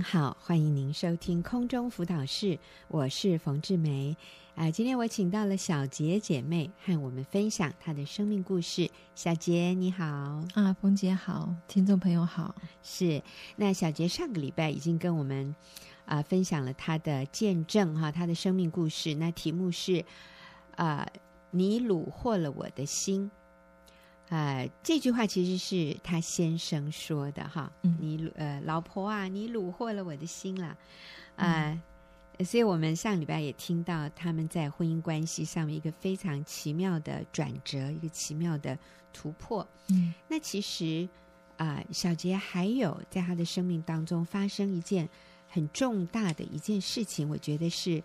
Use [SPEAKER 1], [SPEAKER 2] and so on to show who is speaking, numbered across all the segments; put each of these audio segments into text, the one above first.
[SPEAKER 1] 好，欢迎您收听空中辅导室，我是冯志梅。啊、今天我请到了小杰姐妹和我们分享她的生命故事。小杰，你好，
[SPEAKER 2] 啊，冯姐好，听众朋友好，
[SPEAKER 1] 是那小杰上个礼拜已经跟我们啊、分享了她的见证哈，她的生命故事。那题目是啊、你虏获了我的心。啊、这句话其实是她先生说的哈，
[SPEAKER 2] 嗯
[SPEAKER 1] 你虏呃老婆啊，你虏获了我的心了，啊、
[SPEAKER 2] 嗯
[SPEAKER 1] 所以我们上礼拜也听到他们在婚姻关系上面一个非常奇妙的转折，一个奇妙的突破。
[SPEAKER 2] 嗯
[SPEAKER 1] 那其实啊、小杰还有在他的生命当中发生一件很重大的一件事情，我觉得是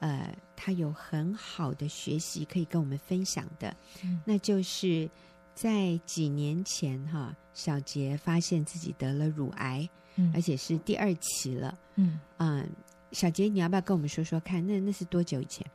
[SPEAKER 1] 呃，他有很好的学习可以跟我们分享的，
[SPEAKER 2] 嗯
[SPEAKER 1] 那就是在几年前哈，小杰发现自己得了乳癌，
[SPEAKER 2] 嗯
[SPEAKER 1] 而且是第二期了。
[SPEAKER 2] 嗯
[SPEAKER 1] 嗯，小杰，你要不要跟我们说说看？那那是多久以前？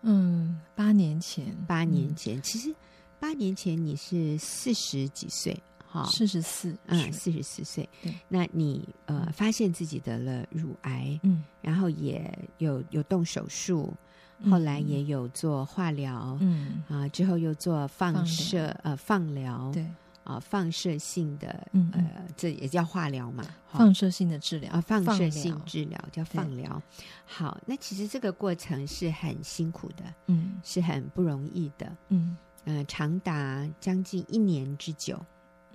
[SPEAKER 2] 嗯，八年前，
[SPEAKER 1] 八年前。其实八年前你是四十几岁，哈、
[SPEAKER 2] 四十四，
[SPEAKER 1] 嗯，四十四岁
[SPEAKER 2] 对。
[SPEAKER 1] 那你呃，发现自己得了乳癌，
[SPEAKER 2] 嗯
[SPEAKER 1] 然后也有有动手术，
[SPEAKER 2] 嗯
[SPEAKER 1] 后来也有做化疗，啊、
[SPEAKER 2] 嗯，
[SPEAKER 1] 之后又做放
[SPEAKER 2] 放
[SPEAKER 1] 射呃放疗，
[SPEAKER 2] 对，
[SPEAKER 1] 啊、放射性的
[SPEAKER 2] 嗯嗯
[SPEAKER 1] 呃，这也叫化疗嘛，哈
[SPEAKER 2] 放射性的治疗
[SPEAKER 1] 啊，放射性
[SPEAKER 2] 疗
[SPEAKER 1] 治疗叫放疗。好，那其实这个过程是很辛苦的，
[SPEAKER 2] 嗯
[SPEAKER 1] 是很不容易的，
[SPEAKER 2] 嗯
[SPEAKER 1] 呃，长达将近一年之久，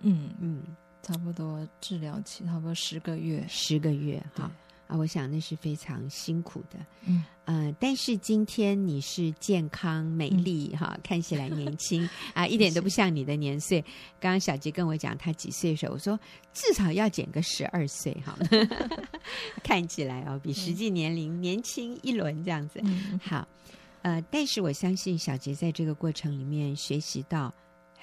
[SPEAKER 2] 嗯，
[SPEAKER 1] 嗯，
[SPEAKER 2] 差不多治疗期差不多十个月，
[SPEAKER 1] 十个月
[SPEAKER 2] 对
[SPEAKER 1] 哈啊，我想那是非常辛苦的。
[SPEAKER 2] 嗯
[SPEAKER 1] 呃，但是今天你是健康美
[SPEAKER 2] 嗯
[SPEAKER 1] 丽哈、看起来年 轻啊，一点都不像你的年岁。刚刚小杰跟我讲他几岁的时候，我说至少要减个十二岁 哈， 看起来哦比实际年龄年轻一轮这样子。
[SPEAKER 2] 嗯
[SPEAKER 1] 好，呃，但是我相信小杰在这个过程里面学习到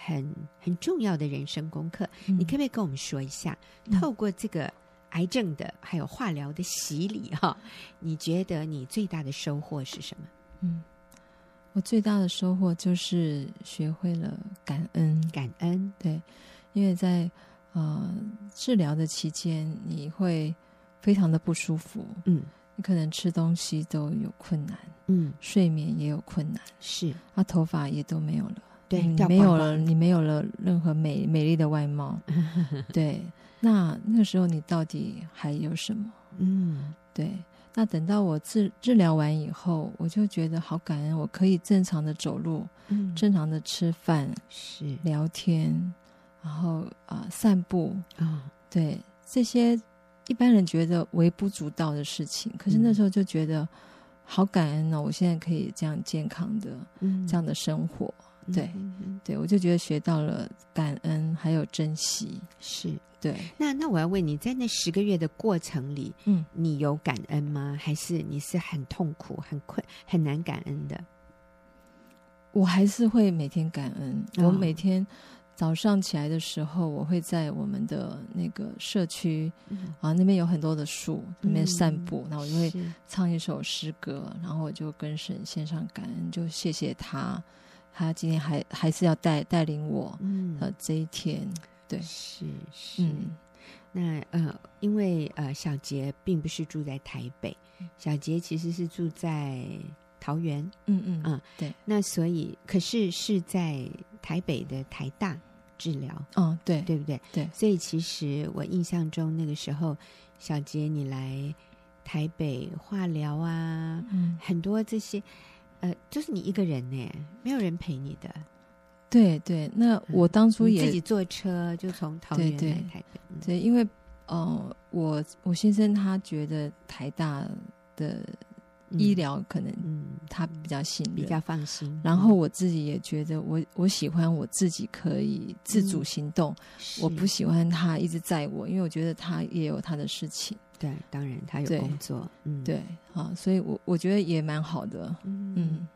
[SPEAKER 1] 很很重要的人生功课。
[SPEAKER 2] 嗯
[SPEAKER 1] 你可不可以跟我们说一下，
[SPEAKER 2] 嗯
[SPEAKER 1] 透过这个癌症的还有化疗的洗礼哈、你觉得你最大的收获是什么？
[SPEAKER 2] 嗯，我最大的收获就是学会了感恩，
[SPEAKER 1] 感恩，
[SPEAKER 2] 对，因为在呃治疗的期间，你会非常的不舒服，
[SPEAKER 1] 嗯
[SPEAKER 2] 你可能吃东西都有困难，
[SPEAKER 1] 嗯，
[SPEAKER 2] 睡眠也有困难，
[SPEAKER 1] 是
[SPEAKER 2] 啊，头发也都没有了，
[SPEAKER 1] 对，
[SPEAKER 2] 你
[SPEAKER 1] 掉
[SPEAKER 2] 嗯没有
[SPEAKER 1] 光
[SPEAKER 2] 了，
[SPEAKER 1] 光，
[SPEAKER 2] 你没有了任何美美丽的 外貌，对，那那个时候你到底还有什么？
[SPEAKER 1] 嗯
[SPEAKER 2] 对，那等到我治治疗完以后，我就觉得好感恩，我可以正常的走路，
[SPEAKER 1] 嗯，
[SPEAKER 2] 正常的吃饭、
[SPEAKER 1] 是
[SPEAKER 2] 聊天，然后啊、散步，
[SPEAKER 1] 啊，
[SPEAKER 2] 对这些一般人觉得微不足道的事情，可是那
[SPEAKER 1] 嗯
[SPEAKER 2] 时候就觉得好感恩哦，我现在可以这样健康的
[SPEAKER 1] 嗯
[SPEAKER 2] 这样的生活。
[SPEAKER 1] 嗯
[SPEAKER 2] 对
[SPEAKER 1] 嗯嗯
[SPEAKER 2] 对，我就觉得学到了感恩，还有珍惜。
[SPEAKER 1] 是。
[SPEAKER 2] 对，
[SPEAKER 1] 那那我要问你，在那十个月的过程里，
[SPEAKER 2] 嗯，
[SPEAKER 1] 你有感恩吗？还是你是很痛苦、很困、很难感恩的？
[SPEAKER 2] 我还是会每天感恩。
[SPEAKER 1] 哦
[SPEAKER 2] 我每天早上起来的时候，我会在我们的那个社区
[SPEAKER 1] 嗯，
[SPEAKER 2] 啊，那边有很多的树，那边散步，然后我就会
[SPEAKER 1] 是
[SPEAKER 2] 唱一首诗歌，然后我就跟神献上感恩，就谢谢他，他今天还还是要带带领我
[SPEAKER 1] 嗯
[SPEAKER 2] 呃这一天。对
[SPEAKER 1] 是是。
[SPEAKER 2] 嗯
[SPEAKER 1] 那呃，因为呃，小杰并不是住在台北，小杰其实是住在桃园，
[SPEAKER 2] 嗯嗯
[SPEAKER 1] 嗯
[SPEAKER 2] 对，
[SPEAKER 1] 那所以可是是在台北的台大治疗，
[SPEAKER 2] 嗯对
[SPEAKER 1] 对不对？
[SPEAKER 2] 对
[SPEAKER 1] 所以其实我印象中那个时候，小杰你来台北化疗啊，
[SPEAKER 2] 嗯
[SPEAKER 1] 很多这些，呃，就是你一个人呢，没有人陪你的，
[SPEAKER 2] 对对，那我当
[SPEAKER 1] 嗯
[SPEAKER 2] 初
[SPEAKER 1] 你
[SPEAKER 2] 也
[SPEAKER 1] 自己坐车就从桃园
[SPEAKER 2] 对
[SPEAKER 1] 来
[SPEAKER 2] 对
[SPEAKER 1] 台北，嗯
[SPEAKER 2] 对，因为呃，我我先生他觉得台大的医，疗可能
[SPEAKER 1] 嗯，嗯
[SPEAKER 2] 他比较信任，
[SPEAKER 1] 比较放心。
[SPEAKER 2] 然后我自己也觉得我我喜欢我自己可以自主行动，
[SPEAKER 1] 嗯
[SPEAKER 2] 我不
[SPEAKER 1] 是
[SPEAKER 2] 喜欢他一直在我，因为我觉得他也有他的事情，
[SPEAKER 1] 对，当然他有
[SPEAKER 2] 对
[SPEAKER 1] 工作，嗯，
[SPEAKER 2] 对啊，所以我我觉得也蛮好的，
[SPEAKER 1] 嗯，
[SPEAKER 2] 嗯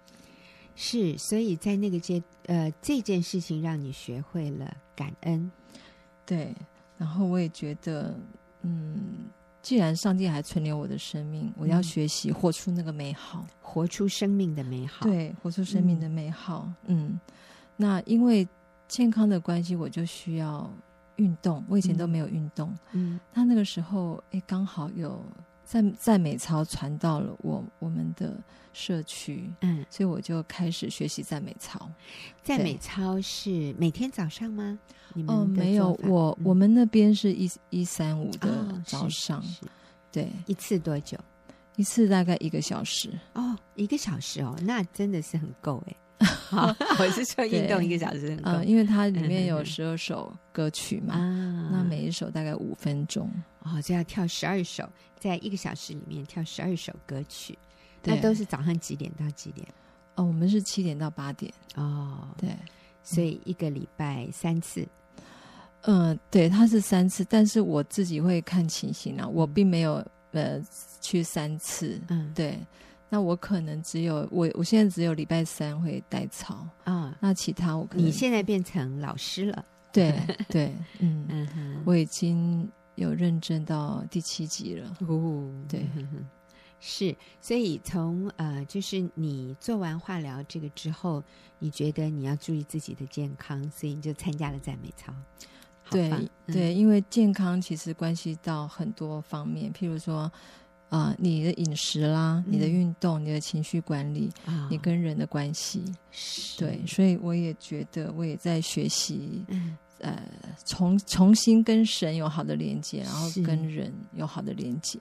[SPEAKER 1] 是，所以在那个阶呃这件事情让你学会了感恩，
[SPEAKER 2] 对，然后我也觉得嗯，既然上帝还存留我的生命，我要
[SPEAKER 1] 嗯
[SPEAKER 2] 学习活出那个美好。
[SPEAKER 1] 活出生命的美好，，
[SPEAKER 2] 对，活出生命嗯的美好。嗯那因为健康的关系，我就需要运动，我以前都没有运动。
[SPEAKER 1] 嗯
[SPEAKER 2] 他那个时候，哎，刚好有在在美操传到了我我们的社区，
[SPEAKER 1] 嗯，
[SPEAKER 2] 所以我就开始学习赞美操。
[SPEAKER 1] 在
[SPEAKER 2] 对
[SPEAKER 1] 美超是每天早上吗？你们
[SPEAKER 2] 哦，
[SPEAKER 1] 的
[SPEAKER 2] 没有
[SPEAKER 1] 做，法
[SPEAKER 2] 我、
[SPEAKER 1] 嗯
[SPEAKER 2] 我们那边是一一三五
[SPEAKER 1] 哦
[SPEAKER 2] 的
[SPEAKER 1] 是
[SPEAKER 2] 早上，
[SPEAKER 1] 是
[SPEAKER 2] 对，
[SPEAKER 1] 一次多久？
[SPEAKER 2] 一次大概一个小时。
[SPEAKER 1] 哦，一个小时哦，那真的是很够 哎。好我是说运动
[SPEAKER 2] 对
[SPEAKER 1] 一个小时很够
[SPEAKER 2] 呃，因为它里面
[SPEAKER 1] 嗯嗯
[SPEAKER 2] 有
[SPEAKER 1] 嗯
[SPEAKER 2] 十二首歌曲嘛，
[SPEAKER 1] 啊
[SPEAKER 2] 嗯那每一首大概五分钟，
[SPEAKER 1] 哦，就要跳十二首，在一个小时里面跳十二首歌曲，
[SPEAKER 2] 对，
[SPEAKER 1] 那都是早上几点到几点？
[SPEAKER 2] 哦，我们是七点到八点，
[SPEAKER 1] 哦，
[SPEAKER 2] 对，
[SPEAKER 1] 所以一个礼拜三次。
[SPEAKER 2] 嗯，对，它是三次，但是我自己会看情形啊，我并没有呃去三次，
[SPEAKER 1] 嗯，
[SPEAKER 2] 对，那我可能只有我我现在只有礼拜三会代操，
[SPEAKER 1] 啊、
[SPEAKER 2] 那其他我可能
[SPEAKER 1] 你现在变成老师了。
[SPEAKER 2] 对对，嗯，
[SPEAKER 1] 嗯哼，
[SPEAKER 2] 我已经有认证到第七级了，
[SPEAKER 1] 哦，
[SPEAKER 2] 对
[SPEAKER 1] 嗯哼哼是，所以从呃，就是你做完化疗这个之后，你觉得你要注意自己的健康，所以你就参加了赞美操。好嗯
[SPEAKER 2] 对
[SPEAKER 1] 棒，
[SPEAKER 2] 对，因为健康其实关系到很多方面，譬如说。啊、你的饮食啦，你的
[SPEAKER 1] 嗯
[SPEAKER 2] 运动，你的情绪管理，
[SPEAKER 1] 嗯啊
[SPEAKER 2] 你跟人的关系，
[SPEAKER 1] 是
[SPEAKER 2] 对，所以我也觉得我也在学习，
[SPEAKER 1] 嗯
[SPEAKER 2] 呃，重重新跟神有好的连接，然后
[SPEAKER 1] 是
[SPEAKER 2] 跟人有好的连接。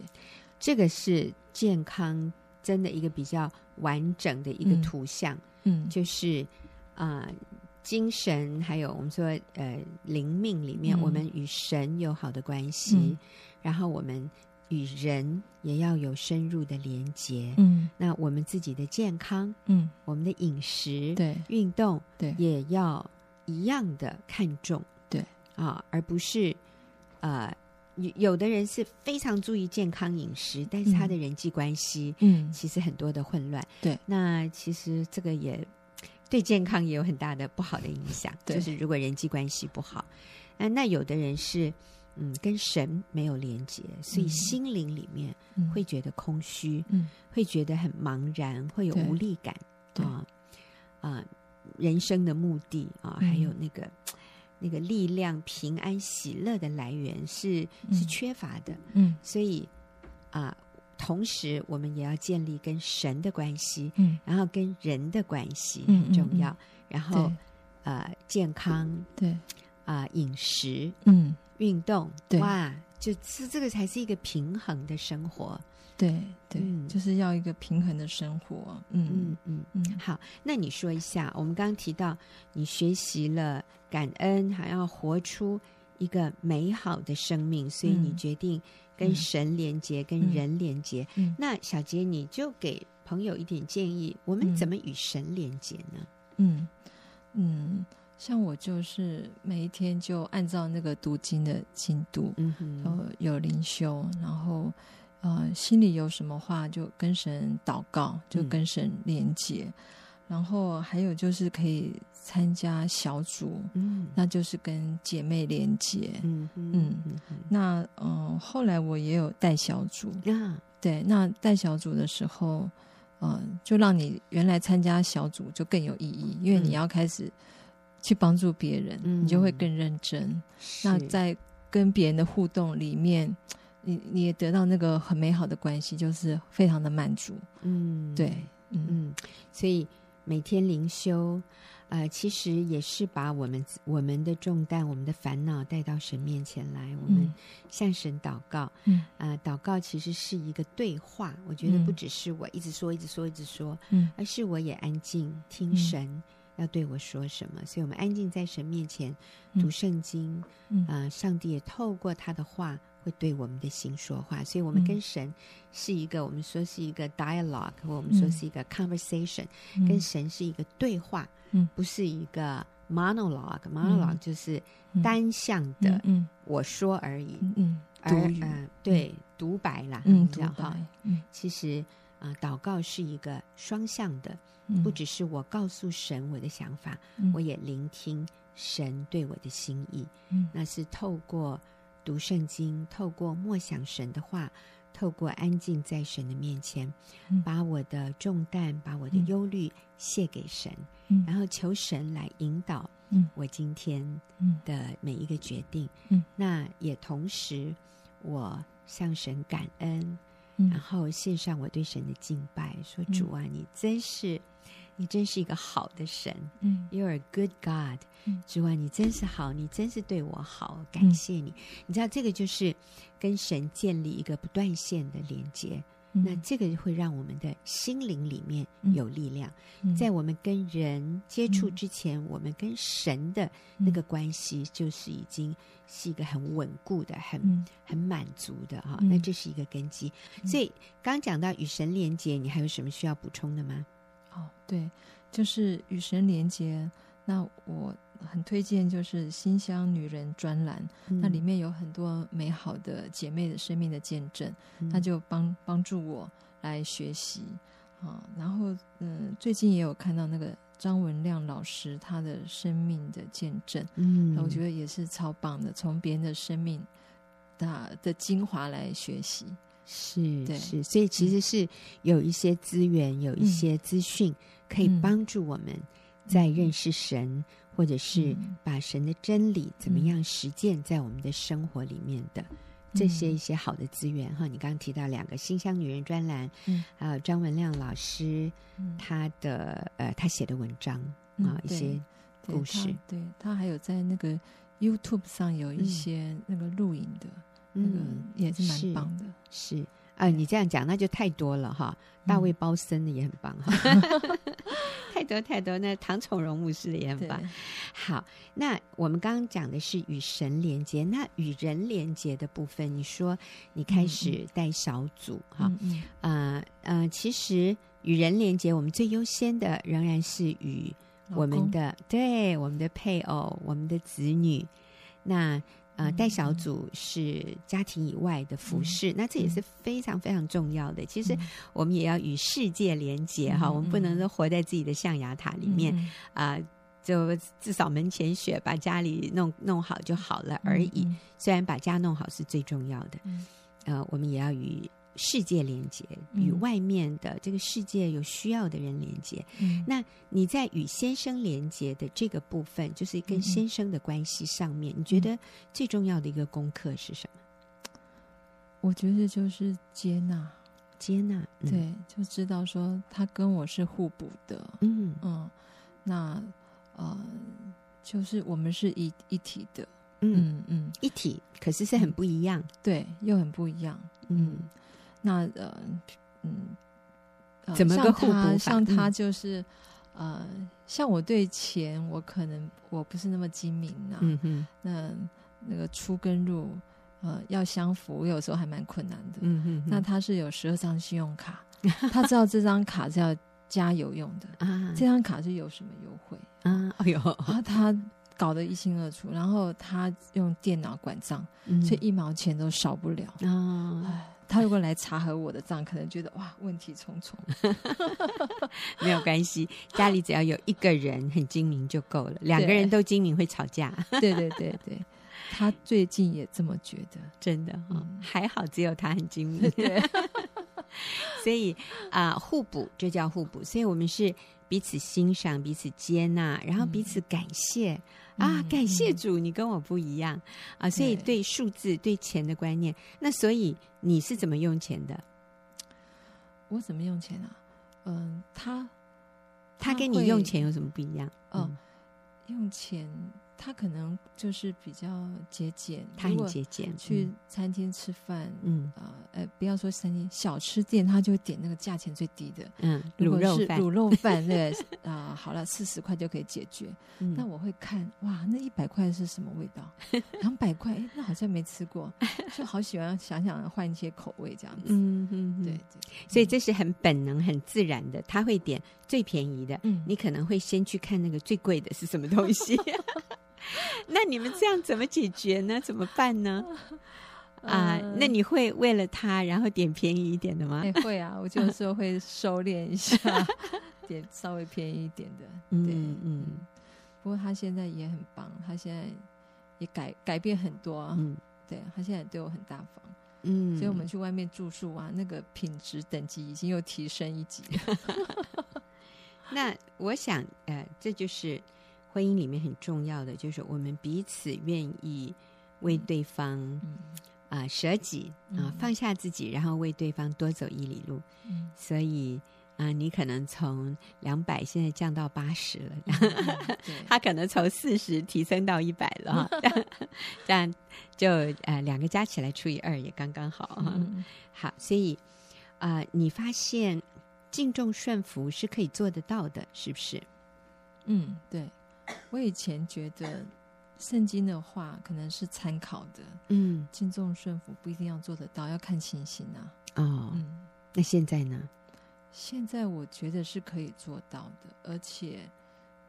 [SPEAKER 1] 这个是健康真的一个比较完整的一个
[SPEAKER 2] 嗯
[SPEAKER 1] 图像，
[SPEAKER 2] 嗯，
[SPEAKER 1] 就是啊、呃精神还有我们说呃灵命里面，
[SPEAKER 2] 嗯
[SPEAKER 1] 我们与神有好的关系，
[SPEAKER 2] 嗯
[SPEAKER 1] 然后我们与人也要有深入的连结。
[SPEAKER 2] 嗯
[SPEAKER 1] 那我们自己的健康，
[SPEAKER 2] 嗯，
[SPEAKER 1] 我们的饮食、
[SPEAKER 2] 对
[SPEAKER 1] 运动
[SPEAKER 2] 对
[SPEAKER 1] 也要一样的看重，
[SPEAKER 2] 对
[SPEAKER 1] 啊，而不是呃，有有的人是非常注意健康饮食，但是他的人际关系、
[SPEAKER 2] 嗯
[SPEAKER 1] 其实很多的混乱，
[SPEAKER 2] 对，
[SPEAKER 1] 那其实这个也对健康也有很大的不好的影响，
[SPEAKER 2] 对
[SPEAKER 1] 就是如果人际关系不好，啊，那有的人是。嗯，跟神没有连接，所以
[SPEAKER 2] 嗯
[SPEAKER 1] 心灵里面
[SPEAKER 2] 嗯
[SPEAKER 1] 会觉得空虚，
[SPEAKER 2] 嗯
[SPEAKER 1] 会觉得很茫然，会有
[SPEAKER 2] 对
[SPEAKER 1] 无力感
[SPEAKER 2] 对
[SPEAKER 1] 啊啊，人生的目的啊，
[SPEAKER 2] 嗯
[SPEAKER 1] 还有那个那个力量、平安、喜乐的来源是是
[SPEAKER 2] 嗯
[SPEAKER 1] 缺乏的，
[SPEAKER 2] 嗯
[SPEAKER 1] 所以啊，同时我们也要建立跟神的关系，
[SPEAKER 2] 嗯，
[SPEAKER 1] 然后跟人的关系
[SPEAKER 2] 嗯
[SPEAKER 1] 很重要，然
[SPEAKER 2] 对
[SPEAKER 1] 后呃，健康
[SPEAKER 2] 对，
[SPEAKER 1] 啊、饮食、
[SPEAKER 2] 嗯
[SPEAKER 1] 运动，
[SPEAKER 2] 对
[SPEAKER 1] 哇，就是这个才是一个平衡的生活，
[SPEAKER 2] 对对
[SPEAKER 1] 嗯，
[SPEAKER 2] 就是要一个平衡的生活。嗯
[SPEAKER 1] 嗯嗯。
[SPEAKER 2] 嗯
[SPEAKER 1] 好，那你说一下，我们刚刚提到你学习了感恩，还要活出一个美好的生命，所以你
[SPEAKER 2] 嗯
[SPEAKER 1] 决定跟
[SPEAKER 2] 嗯
[SPEAKER 1] 神连接，跟
[SPEAKER 2] 嗯
[SPEAKER 1] 人连接。
[SPEAKER 2] 嗯
[SPEAKER 1] 那小杰，你就给朋友一点建议，我们
[SPEAKER 2] 嗯
[SPEAKER 1] 怎么与神连接呢？
[SPEAKER 2] 嗯嗯，像我就是每一天就按照那个读经的进度，
[SPEAKER 1] 嗯哼，
[SPEAKER 2] 有呃有灵修，然后呃心里有什么话就跟神祷告，就
[SPEAKER 1] 嗯
[SPEAKER 2] 跟神连接，然后还有就是可以参加小组，
[SPEAKER 1] 嗯
[SPEAKER 2] 那就是跟姐妹连接。
[SPEAKER 1] 嗯哼
[SPEAKER 2] 嗯
[SPEAKER 1] 嗯哼，
[SPEAKER 2] 那嗯、呃后来我也有带小组，
[SPEAKER 1] 那
[SPEAKER 2] 对，那带小组的时候，呃，就让你原来参加小组就更有意义，因为
[SPEAKER 1] 嗯
[SPEAKER 2] 你要开始去帮助别人，你就会
[SPEAKER 1] 嗯
[SPEAKER 2] 更认真。那
[SPEAKER 1] 是
[SPEAKER 2] 在跟别人的互动里面，你你也得到那个很美好的关系，就是非常的满足。
[SPEAKER 1] 嗯
[SPEAKER 2] 对，嗯
[SPEAKER 1] 嗯，所以每天灵修，呃，其实也是把我们自我们的重担、我们的烦恼带到神面前来，我们
[SPEAKER 2] 嗯
[SPEAKER 1] 向神祷告。
[SPEAKER 2] 嗯
[SPEAKER 1] 啊、祷告其实是一个对话，我觉得
[SPEAKER 2] 嗯
[SPEAKER 1] 不只是我一直说、一直说、一直说，
[SPEAKER 2] 嗯
[SPEAKER 1] 而是我也安静听
[SPEAKER 2] 嗯
[SPEAKER 1] 神。要对我说什么？所以我们安静在神面前
[SPEAKER 2] 嗯
[SPEAKER 1] 读圣经，
[SPEAKER 2] 嗯
[SPEAKER 1] 啊、上帝也透过他的话会对我们的心说话，所以我们
[SPEAKER 2] 嗯
[SPEAKER 1] 跟神是一个，我们说是一个 dialogue，或我们说
[SPEAKER 2] 嗯
[SPEAKER 1] 是一个 conversation，、
[SPEAKER 2] 嗯
[SPEAKER 1] 跟神是一个对话，
[SPEAKER 2] 嗯
[SPEAKER 1] 不是一个 monologue。monologue 就是
[SPEAKER 2] 嗯
[SPEAKER 1] 单向的
[SPEAKER 2] 嗯嗯
[SPEAKER 1] 我说而已，
[SPEAKER 2] 嗯嗯
[SPEAKER 1] 而
[SPEAKER 2] 独语
[SPEAKER 1] 呃对独白啦，
[SPEAKER 2] 嗯，
[SPEAKER 1] 这
[SPEAKER 2] 独
[SPEAKER 1] 样哈
[SPEAKER 2] 白。，嗯
[SPEAKER 1] 其实啊、呃祷告是一个双向的，
[SPEAKER 2] 嗯，
[SPEAKER 1] 不只是我告诉神我的想法，
[SPEAKER 2] 嗯
[SPEAKER 1] 我也聆听神对我的心意。
[SPEAKER 2] 嗯
[SPEAKER 1] 那是透过读圣经，透过默想神的话，透过安静在神的面前，
[SPEAKER 2] 嗯
[SPEAKER 1] 把我的重担、把我的
[SPEAKER 2] 嗯
[SPEAKER 1] 忧虑卸给神，
[SPEAKER 2] 嗯
[SPEAKER 1] 然后求神来引导
[SPEAKER 2] 嗯
[SPEAKER 1] 我今天
[SPEAKER 2] 嗯
[SPEAKER 1] 的每一个决定。
[SPEAKER 2] 嗯，
[SPEAKER 1] 那也同时我向神感恩，然
[SPEAKER 2] 嗯
[SPEAKER 1] 后献上我对神的敬拜，说：“
[SPEAKER 2] 嗯
[SPEAKER 1] 主啊，你真是，你真是一个好的神
[SPEAKER 2] 嗯
[SPEAKER 1] ，You're a good God
[SPEAKER 2] 嗯。
[SPEAKER 1] 主啊，你真是好，你真是对我好，感谢你。你知道这个就是跟神建立一个不断线的连接，
[SPEAKER 2] 嗯
[SPEAKER 1] 那这个会让我们的心灵里面
[SPEAKER 2] 嗯
[SPEAKER 1] 有力量。
[SPEAKER 2] 嗯
[SPEAKER 1] 在我们跟人接触
[SPEAKER 2] 嗯
[SPEAKER 1] 之前，我们跟神的那个关系就是已经是一个很稳固的、很
[SPEAKER 2] 嗯
[SPEAKER 1] 很满足的哈、
[SPEAKER 2] 嗯
[SPEAKER 1] 那这是一个根基。
[SPEAKER 2] 嗯
[SPEAKER 1] 所以刚讲到与神连接，你还有什么需要补充的吗？
[SPEAKER 2] 哦，对，就是与神连接。那我很推荐就是新乡女人专栏，那
[SPEAKER 1] 嗯
[SPEAKER 2] 里面有很多美好的姐妹的生命的见证，
[SPEAKER 1] 嗯
[SPEAKER 2] 那就帮帮助我来学习啊。然后嗯，最近也有看到那个张文亮老师他的生命的见证，
[SPEAKER 1] 嗯
[SPEAKER 2] 那我觉
[SPEAKER 1] 得
[SPEAKER 2] 得也是超棒的，从别人的生命的的精华来学习。
[SPEAKER 1] 是
[SPEAKER 2] 对嗯
[SPEAKER 1] 是，所以其实是有一些资源，有一些资讯可以
[SPEAKER 2] 嗯
[SPEAKER 1] 帮助我们在认识神，或者是
[SPEAKER 2] 嗯
[SPEAKER 1] 把神的真理怎么样实践在我们的生活里面的。这
[SPEAKER 2] 嗯
[SPEAKER 1] 些一些好的资源哈，你刚刚提到两个新乡女人专栏，
[SPEAKER 2] 嗯，
[SPEAKER 1] 还有张文亮老师
[SPEAKER 2] 嗯
[SPEAKER 1] 他的呃他写的文章
[SPEAKER 2] 嗯
[SPEAKER 1] 啊啊，一
[SPEAKER 2] 对
[SPEAKER 1] 些
[SPEAKER 2] 对
[SPEAKER 1] 故
[SPEAKER 2] 他
[SPEAKER 1] 事
[SPEAKER 2] 对他还有在那个 YouTube 上有一
[SPEAKER 1] 嗯
[SPEAKER 2] 些那个录影的，
[SPEAKER 1] 嗯
[SPEAKER 2] 那个也是
[SPEAKER 1] 是
[SPEAKER 2] 蛮棒的。
[SPEAKER 1] 是啊，你这样讲那就太多了哈。大
[SPEAKER 2] 嗯
[SPEAKER 1] 卫包森的也很棒哈， 太多太多。那唐崇荣牧师的也很
[SPEAKER 2] 对嗯
[SPEAKER 1] 棒。好，那我们刚刚讲的是与神连接，那与人连接的部分，你说你开始带小组哈，
[SPEAKER 2] 嗯嗯
[SPEAKER 1] 呃呃，其实与人连接，我们最优先的仍然是与
[SPEAKER 2] 老
[SPEAKER 1] 我们
[SPEAKER 2] 公
[SPEAKER 1] 的对我们的配偶、我们的子女，那呃，
[SPEAKER 2] 嗯
[SPEAKER 1] 带小组是家庭以外的服饰，那这也是非常非常重要的。其实
[SPEAKER 2] 嗯
[SPEAKER 1] 我们也要与世界连接哈，
[SPEAKER 2] 嗯
[SPEAKER 1] 我们不能说活在自己的象牙塔里面
[SPEAKER 2] 嗯
[SPEAKER 1] 啊、就至少门前雪，把家里弄弄好就好了而已。
[SPEAKER 2] 嗯
[SPEAKER 1] 虽然把家弄好是最重要的，
[SPEAKER 2] 嗯
[SPEAKER 1] 呃，我们也要与世界连接，
[SPEAKER 2] 嗯
[SPEAKER 1] 与外面的这个世界有需要的人连接。
[SPEAKER 2] 嗯
[SPEAKER 1] 那你在与先生连接的这个部分，就是跟
[SPEAKER 2] 嗯嗯
[SPEAKER 1] 先生的关系上面，
[SPEAKER 2] 嗯
[SPEAKER 1] 你觉得最重要的一个功课是什么？
[SPEAKER 2] 我觉得就是接纳，
[SPEAKER 1] 接纳，嗯，
[SPEAKER 2] 对，就知道说他跟我是互补的，
[SPEAKER 1] 嗯
[SPEAKER 2] 嗯，那呃，就是我们是一一体的，
[SPEAKER 1] 嗯，
[SPEAKER 2] 嗯嗯，
[SPEAKER 1] 一体，可是是很不一样，
[SPEAKER 2] 对，又很不一样，
[SPEAKER 1] 嗯
[SPEAKER 2] 嗯，那呃，嗯，呃
[SPEAKER 1] 怎么个
[SPEAKER 2] 像
[SPEAKER 1] 互补
[SPEAKER 2] 他
[SPEAKER 1] 法
[SPEAKER 2] 像
[SPEAKER 1] 嗯
[SPEAKER 2] 他就是、呃，像我对钱，我可能我不是那么精明啊，
[SPEAKER 1] 嗯哼，
[SPEAKER 2] 那那个出跟入，呃，要相符，我有时候还蛮困难的。
[SPEAKER 1] 嗯哼，
[SPEAKER 2] 那他是有十二张信用卡， 他知道这张卡是要加油用的，
[SPEAKER 1] 啊
[SPEAKER 2] 这张卡是有什么优惠，
[SPEAKER 1] 啊，哎呦，
[SPEAKER 2] 然后他搞得一清二楚，然后他用电脑管账，
[SPEAKER 1] 嗯
[SPEAKER 2] 所以一毛钱都少不了。
[SPEAKER 1] 啊，
[SPEAKER 2] 他如果来查核我的账，可能觉得哇问题重 重。
[SPEAKER 1] 没有关系，家里只要有一个人很精明就够了，两个
[SPEAKER 2] 对
[SPEAKER 1] 人都精明会吵架，
[SPEAKER 2] 对对对对，他最近也这么觉得。
[SPEAKER 1] 真的哈、
[SPEAKER 2] 嗯
[SPEAKER 1] 还好只有他很精明，
[SPEAKER 2] 对，
[SPEAKER 1] 所以啊、互补这叫互补，所以我们是彼此欣赏、彼此接纳，然后彼此感谢、啊，
[SPEAKER 2] 嗯
[SPEAKER 1] 感谢
[SPEAKER 2] 嗯
[SPEAKER 1] 主，你跟我不一样啊，所以
[SPEAKER 2] 对
[SPEAKER 1] 对数字、对钱的观念，那所以你是怎么用钱的？
[SPEAKER 2] 我怎么用钱啊？嗯，他
[SPEAKER 1] 他
[SPEAKER 2] 他
[SPEAKER 1] 跟你
[SPEAKER 2] 会
[SPEAKER 1] 用钱有什么不一样？嗯
[SPEAKER 2] 哦用钱，他可能就是比较节俭，
[SPEAKER 1] 他
[SPEAKER 2] 如
[SPEAKER 1] 很
[SPEAKER 2] 果
[SPEAKER 1] 节俭，
[SPEAKER 2] 去餐厅吃饭，
[SPEAKER 1] 嗯
[SPEAKER 2] 啊、呃，不要说餐厅，小吃店他就会点那个价钱最低的。
[SPEAKER 1] 嗯嗯
[SPEAKER 2] 如
[SPEAKER 1] 卤
[SPEAKER 2] 果
[SPEAKER 1] 肉
[SPEAKER 2] 是
[SPEAKER 1] 饭，
[SPEAKER 2] 卤肉 饭，对，啊、好了，四十块就可以解决。
[SPEAKER 1] 嗯
[SPEAKER 2] 那我会看，哇，那一百块是什么味 道？两百块，哎，那好像没吃过，就好喜欢想想换一些口味这样子。
[SPEAKER 1] 嗯嗯嗯
[SPEAKER 2] 对对，
[SPEAKER 1] 所以这是很本能、很自然的，他会点最便宜的。
[SPEAKER 2] 嗯
[SPEAKER 1] 你可能会先去看那个最贵的是什么东西。 那你们这样怎么解决呢？怎么办呢？啊，
[SPEAKER 2] 呃
[SPEAKER 1] 那你会为了他然后点便宜一点的吗？
[SPEAKER 2] 哎、会啊，我就是说会收敛一下，点稍微便宜一点的。对，
[SPEAKER 1] 嗯嗯
[SPEAKER 2] 不过他现在也很棒，他现在也改改变很多啊。
[SPEAKER 1] 嗯
[SPEAKER 2] 对他现在也对我很大方，
[SPEAKER 1] 嗯，
[SPEAKER 2] 所以我们去外面住宿啊，那个品质等级已经又提升一级。
[SPEAKER 1] 那我想，呃，这就是婚姻里面很重要的，就是我们彼此愿意为对方
[SPEAKER 2] 嗯
[SPEAKER 1] 啊、舍己啊、
[SPEAKER 2] 嗯
[SPEAKER 1] 放下自己，然后为对方多走一里路。
[SPEAKER 2] 嗯，
[SPEAKER 1] 所以啊、你可能从两百现在降到八十了，
[SPEAKER 2] 对，
[SPEAKER 1] 他可能从四十提升到一百了哈， 这样就呃两个加起来除以二也刚刚好哈。
[SPEAKER 2] 嗯
[SPEAKER 1] 好，所以啊、你发现敬重顺服是可以做得到的，是不是？
[SPEAKER 2] 嗯，对。我以前觉得圣经的话可能是参考的，
[SPEAKER 1] 嗯，
[SPEAKER 2] 敬重顺服不一定要做得到，要看情形啊。
[SPEAKER 1] 哦，
[SPEAKER 2] 嗯，
[SPEAKER 1] 那现在呢？
[SPEAKER 2] 现在我觉得是可以做到的，而且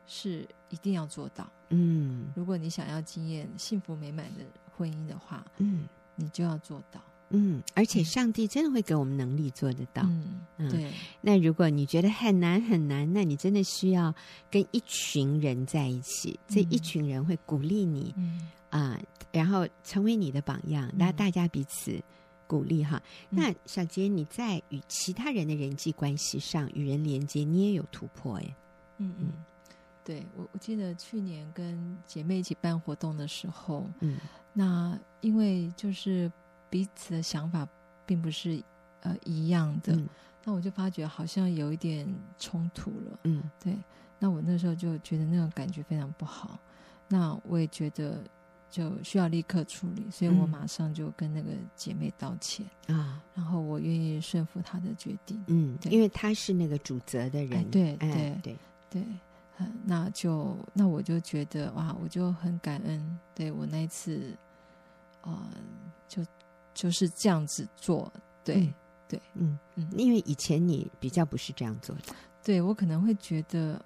[SPEAKER 2] 是一定要做到。
[SPEAKER 1] 嗯
[SPEAKER 2] 如果你想要经验幸福美满的婚姻的话，
[SPEAKER 1] 嗯
[SPEAKER 2] 你就要做到。
[SPEAKER 1] 嗯，而且上帝真的会给我们能力做得到。
[SPEAKER 2] 嗯，
[SPEAKER 1] 嗯
[SPEAKER 2] 对，
[SPEAKER 1] 那如果你觉得很难很难，那你真的需要跟一群人在一起，这一群人会鼓励你
[SPEAKER 2] 嗯
[SPEAKER 1] 啊、然后成为你的榜样，那
[SPEAKER 2] 嗯
[SPEAKER 1] 大家彼此鼓励哈。
[SPEAKER 2] 嗯
[SPEAKER 1] 那小杰，你在与其他人的人际关系上与人连接，你也有突破哎。
[SPEAKER 2] 嗯嗯，对我我记得去年跟姐妹一起办活动的时候，
[SPEAKER 1] 嗯
[SPEAKER 2] 那因为就是彼此的想法并不是呃一样的，
[SPEAKER 1] 嗯
[SPEAKER 2] 那我就发觉好像有一点冲突了。
[SPEAKER 1] 嗯
[SPEAKER 2] 对，那我那时候就觉得那种感觉非常不好，那我也觉得就需要立刻处理，所以我
[SPEAKER 1] 嗯
[SPEAKER 2] 马上就跟那个姐妹道歉，
[SPEAKER 1] 啊
[SPEAKER 2] 然后我愿意顺服她的决定。
[SPEAKER 1] 嗯，
[SPEAKER 2] 对
[SPEAKER 1] 因为他是那个主责的人，
[SPEAKER 2] 哎对
[SPEAKER 1] 哎对，
[SPEAKER 2] 对，嗯，那就那我就觉得哇，我就很感恩，对我那一次，呃，就就是这样子做，对、
[SPEAKER 1] 嗯嗯
[SPEAKER 2] 嗯
[SPEAKER 1] 因为以前你比较不是这样做的，
[SPEAKER 2] 对，我可能会觉得，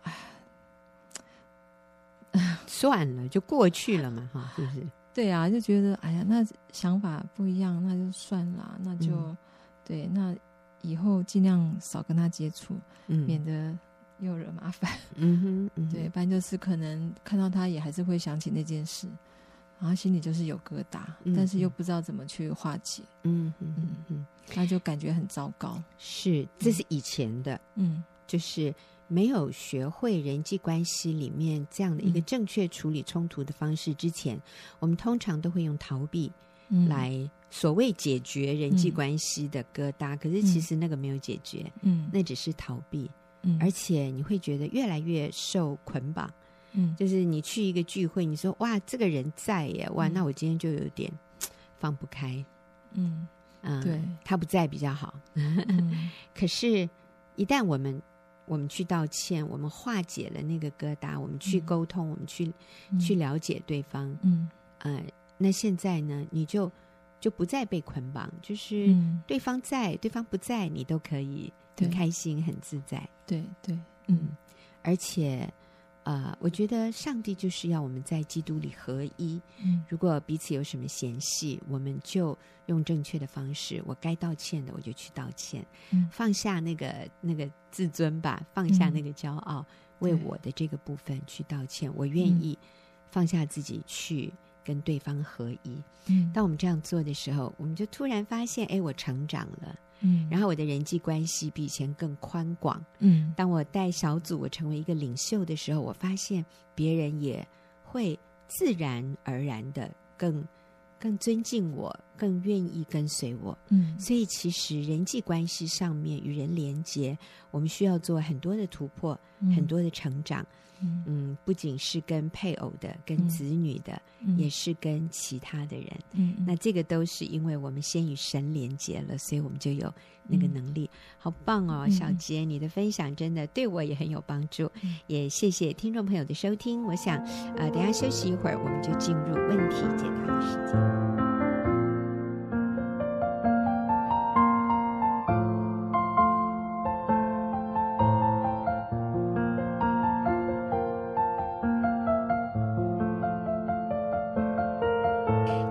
[SPEAKER 2] 哎，
[SPEAKER 1] 算了，就过去了嘛哈，是不是？
[SPEAKER 2] 对啊，就觉得哎呀，那想法不一样，那就算啦，那就、
[SPEAKER 1] 嗯
[SPEAKER 2] 对，那以后尽量少跟他接触，免
[SPEAKER 1] 嗯
[SPEAKER 2] 得又惹麻 烦。
[SPEAKER 1] 嗯哼嗯哼
[SPEAKER 2] 对，不然就是可能看到他也还是会想起那件事，然后心里就是有疙瘩，
[SPEAKER 1] 嗯
[SPEAKER 2] 但是又
[SPEAKER 1] 嗯
[SPEAKER 2] 不知道怎么去化解，
[SPEAKER 1] 嗯嗯嗯嗯。
[SPEAKER 2] 那就感觉很糟糕。
[SPEAKER 1] 是，这是以前的，
[SPEAKER 2] 嗯
[SPEAKER 1] 就是没有学会人际关系里面这样的一个
[SPEAKER 2] 嗯
[SPEAKER 1] 正确处理冲突的方式之前，我们通常都会用逃避
[SPEAKER 2] 嗯，
[SPEAKER 1] 来所谓解决人际
[SPEAKER 2] 嗯
[SPEAKER 1] 关系的疙瘩，可是其
[SPEAKER 2] 嗯
[SPEAKER 1] 实那个没有解决，
[SPEAKER 2] 嗯，
[SPEAKER 1] 那只是逃避，
[SPEAKER 2] 嗯，
[SPEAKER 1] 而且你会觉得越来越受捆绑。
[SPEAKER 2] 嗯
[SPEAKER 1] 就是你去一个聚会，你说哇，这个人在耶，哇，
[SPEAKER 2] 嗯
[SPEAKER 1] 那我今天就有点嘖放不开
[SPEAKER 2] 嗯
[SPEAKER 1] 啊、
[SPEAKER 2] 对
[SPEAKER 1] 他不在比较好。
[SPEAKER 2] 嗯
[SPEAKER 1] 可是，一旦我们我们去道歉，我们化解了那个疙瘩，我们去
[SPEAKER 2] 嗯
[SPEAKER 1] 沟通，我们去、
[SPEAKER 2] 嗯
[SPEAKER 1] 去了解对方，
[SPEAKER 2] 嗯
[SPEAKER 1] 呃，那现在呢，你就就不再被捆绑，就是
[SPEAKER 2] 嗯，
[SPEAKER 1] 对方在，对方不在，你都可以很
[SPEAKER 2] 对
[SPEAKER 1] 开心、很自在，
[SPEAKER 2] 对对，嗯
[SPEAKER 1] 而且。呃，我觉得上帝就是要我们在基督里合一。
[SPEAKER 2] 嗯
[SPEAKER 1] 如果彼此有什么嫌隙，我们就用正确的方式。我该道歉的，我就去道歉。
[SPEAKER 2] 嗯
[SPEAKER 1] 放下那个那个自尊吧，放下
[SPEAKER 2] 嗯
[SPEAKER 1] 那个骄傲，为
[SPEAKER 2] 对
[SPEAKER 1] 我的这个部分去道歉。我愿意放下自己去跟对方合一。
[SPEAKER 2] 嗯，
[SPEAKER 1] 当我们这样做的时候，我们就突然发现，哎，我成长了，
[SPEAKER 2] 嗯，
[SPEAKER 1] 然
[SPEAKER 2] 后
[SPEAKER 1] 后我的人际关系比以前更宽广。
[SPEAKER 2] 嗯
[SPEAKER 1] 当我带小组，我成为一个领袖的时候，我发现别人也会自然而然的更更尊敬我，更愿意跟随我。
[SPEAKER 2] 嗯
[SPEAKER 1] 所以，其实人际关系上面与人连接，我们需要做很多的突破，很多的成长。
[SPEAKER 2] 嗯
[SPEAKER 1] 嗯，不仅是跟配偶的、跟
[SPEAKER 2] 嗯
[SPEAKER 1] 子女的，
[SPEAKER 2] 嗯
[SPEAKER 1] 也是跟其他的人。
[SPEAKER 2] 嗯
[SPEAKER 1] 那这个都是因为我们先与神连接了，所以我们就有那个能力。好棒哦，
[SPEAKER 2] 嗯
[SPEAKER 1] 小杰，你的分享真的对我也很有帮助，
[SPEAKER 2] 嗯
[SPEAKER 1] 也谢谢听众朋友的收听。我想，呃，等一下休息一会儿，我们就进入问题解答的时间。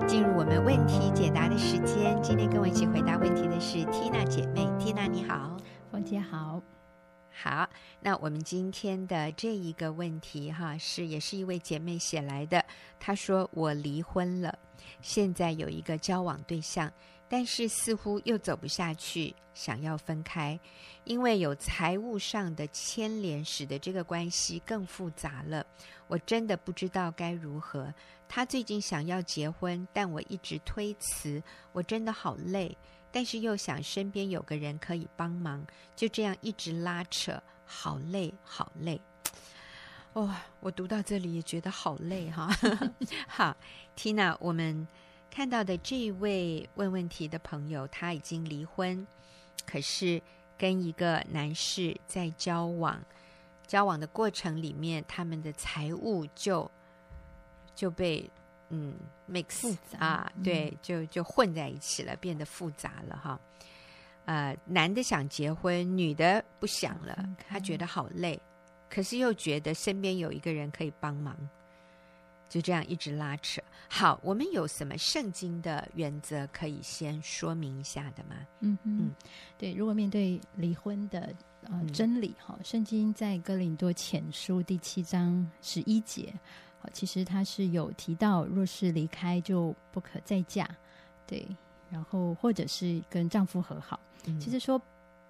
[SPEAKER 1] 进入我们问题解答的时间。今天跟我一起回答问题的是 Tina 姐妹，Tina 你好。
[SPEAKER 3] 冯姐好，
[SPEAKER 1] 好，那我们今天的这一个问题哈，是也是一位姐妹写来的。她说：“我离婚了，现在有一个交往对象，但是似乎又走不下去，想要分开，因为有财务上的牵连，使得这个关系更复杂了。我真的不知道该如何。他最近想要结婚，但我一直推辞，我真的好累，但是又想身边有个人可以帮忙，就这样一直拉扯，好累，好累。哦，我读到这里也觉得好累哈。 好，Tina，我们看到的这一位问问题的朋友，他已经离婚，可是跟一个男士在交往，交往的过程里面，他们的财务就就被嗯 mix
[SPEAKER 2] 复杂
[SPEAKER 1] 啊，
[SPEAKER 2] 嗯
[SPEAKER 1] 对，就就混在一起了，变得复杂了哈。呃，男的想结婚，女的不想了
[SPEAKER 3] 嗯
[SPEAKER 2] 分，
[SPEAKER 1] 他
[SPEAKER 2] 开
[SPEAKER 1] 觉得好累，可是又觉得身边有一个人可以帮忙，就这样一直拉扯。好，我们有什么圣经的原则可以先说明一下的吗？
[SPEAKER 3] 嗯
[SPEAKER 1] 嗯
[SPEAKER 3] 嗯，对，如果面对离婚的呃、
[SPEAKER 1] 嗯
[SPEAKER 3] 真理哈，圣经在哥林多前书第七章十一节，好，其实它是有提到，若是离开就不可再嫁，对，然后或者是跟丈夫和好。
[SPEAKER 1] 嗯
[SPEAKER 3] 其实说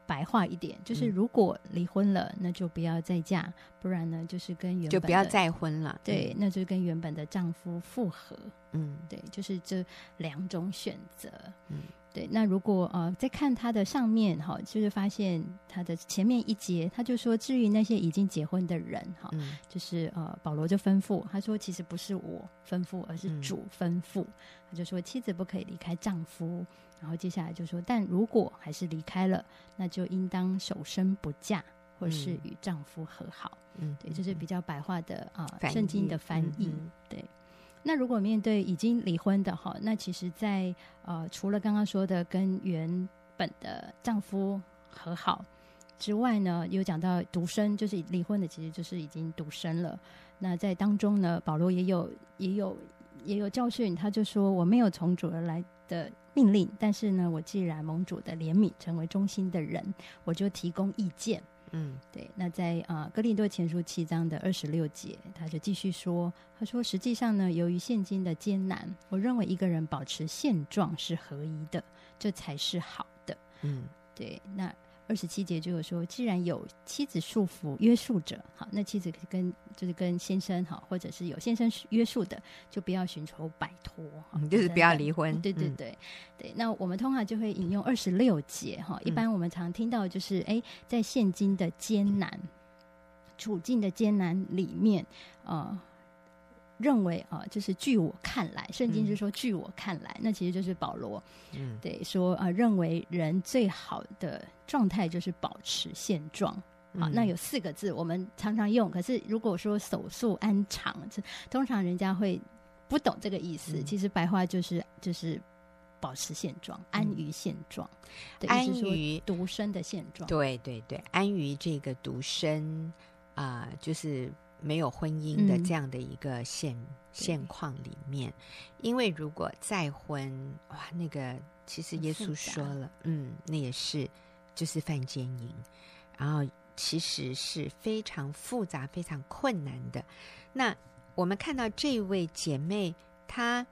[SPEAKER 3] 白话一点，就是
[SPEAKER 1] 嗯
[SPEAKER 3] 如果离婚了，那就不要再嫁，不然呢就是跟原本
[SPEAKER 1] 就不要
[SPEAKER 3] 的
[SPEAKER 1] 再婚了。
[SPEAKER 3] 对，那就跟原本的丈夫复合。
[SPEAKER 1] 嗯，
[SPEAKER 3] 对，就是这两种选择。
[SPEAKER 1] 嗯，
[SPEAKER 3] 对。那如果呃，再看它的上面哈、就是发现它的前面一节，他就说，至于那些已经结婚的人哈、
[SPEAKER 1] 嗯嗯，
[SPEAKER 3] 就是呃，保罗就吩咐他说，其实不是我吩咐，而
[SPEAKER 1] 嗯
[SPEAKER 3] 是主吩咐。他就说，妻子不可以离开丈夫。然后接下来就说，但如果还是离开了，那就应当守身不嫁，或是
[SPEAKER 1] 嗯
[SPEAKER 3] 与丈夫和好。
[SPEAKER 1] 嗯
[SPEAKER 3] 对，这是比较白话的啊、
[SPEAKER 1] 翻译
[SPEAKER 3] 圣经的翻译。
[SPEAKER 1] 嗯
[SPEAKER 3] 那如果面对已经离婚的哈，那其实在，呃，除了刚刚说的跟原本的丈夫和好之外呢，有讲到独身，就是离婚的，其实就是已经独身了。那在当中呢，保罗也有也有也有教训，他就说我没有从主而来的命令，但是呢，我既然蒙主的怜悯，成为忠心的人，我就提供意见。
[SPEAKER 1] 嗯
[SPEAKER 3] 对，那在啊、呃哥林多前书七章的二十六节，他就继续说，他说实际上呢，由于现今的艰难，我认为一个人保持现状是合宜的，这才是好的。
[SPEAKER 1] 嗯
[SPEAKER 3] 对，那二十七节就有说，既然有妻子束缚约束者，好，那妻子跟就是跟先生好，或者是有先生约束的，就不要寻求摆脱，好
[SPEAKER 1] 嗯，就是
[SPEAKER 3] 等
[SPEAKER 1] 不要
[SPEAKER 3] 等
[SPEAKER 1] 离婚。
[SPEAKER 3] 对对
[SPEAKER 1] 嗯，
[SPEAKER 3] 对、对，那我们通常就会引用二十六节哈，一
[SPEAKER 1] 嗯
[SPEAKER 3] 般我们常听到就是哎、在现今的艰难处境的艰难里面，呃。认为啊、呃就是据我看来，圣经是
[SPEAKER 1] 嗯
[SPEAKER 3] 说据我看来，那其实就是保罗
[SPEAKER 1] 嗯
[SPEAKER 3] 对说啊、呃认为人最好的状态就是保持现状，好，那
[SPEAKER 1] 嗯
[SPEAKER 3] 有四个字我们常常用，可是如果说手速安常，这通常人家会不懂这个意思。
[SPEAKER 1] 嗯
[SPEAKER 3] 其实白话就是就是保持现状，安于现状，对，
[SPEAKER 1] 嗯安
[SPEAKER 3] 意思是说
[SPEAKER 1] 于
[SPEAKER 3] 独身的现状。
[SPEAKER 1] 对对对，安于这个独身啊、就是没有婚姻的
[SPEAKER 3] 嗯
[SPEAKER 1] 这样的一个现、现况里面，因为如果再婚，哇，那个其实
[SPEAKER 3] 很
[SPEAKER 1] 耶
[SPEAKER 3] 复
[SPEAKER 1] 稣
[SPEAKER 3] 杂
[SPEAKER 1] 说了，嗯，那也是就是犯奸淫，然后其实是非常复杂、非常困难的。那我们看到这位姐妹，她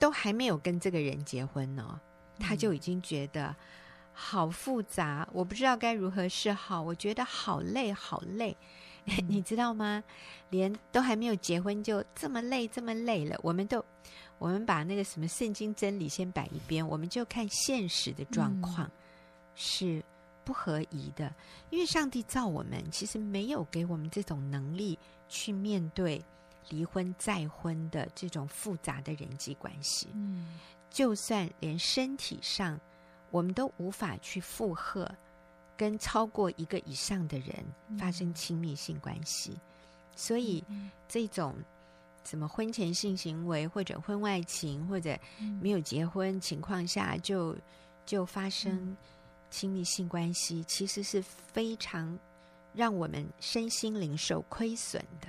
[SPEAKER 1] 都还没有跟这个人结婚呢、她就已经觉得好复杂，我不知道该如何是好，我觉得好累，好累。 你知道吗？连都还没有结婚就这么累，这么累了，我们都，我们把那个什么圣经真理先摆一边，我们就看现实的状况、是不合宜的。因为上帝造我们，其实没有给我们这种能力去面对离婚、再婚的这种复杂的人际关系。
[SPEAKER 2] 嗯
[SPEAKER 1] 就算连身体上我们都无法去负荷跟超过一个以上的人发生亲密性关系，所以这种什么婚前性行为或者婚外情或者没有结婚情况下就就发生亲密性关系，其实是非常让我们身心灵受亏损的，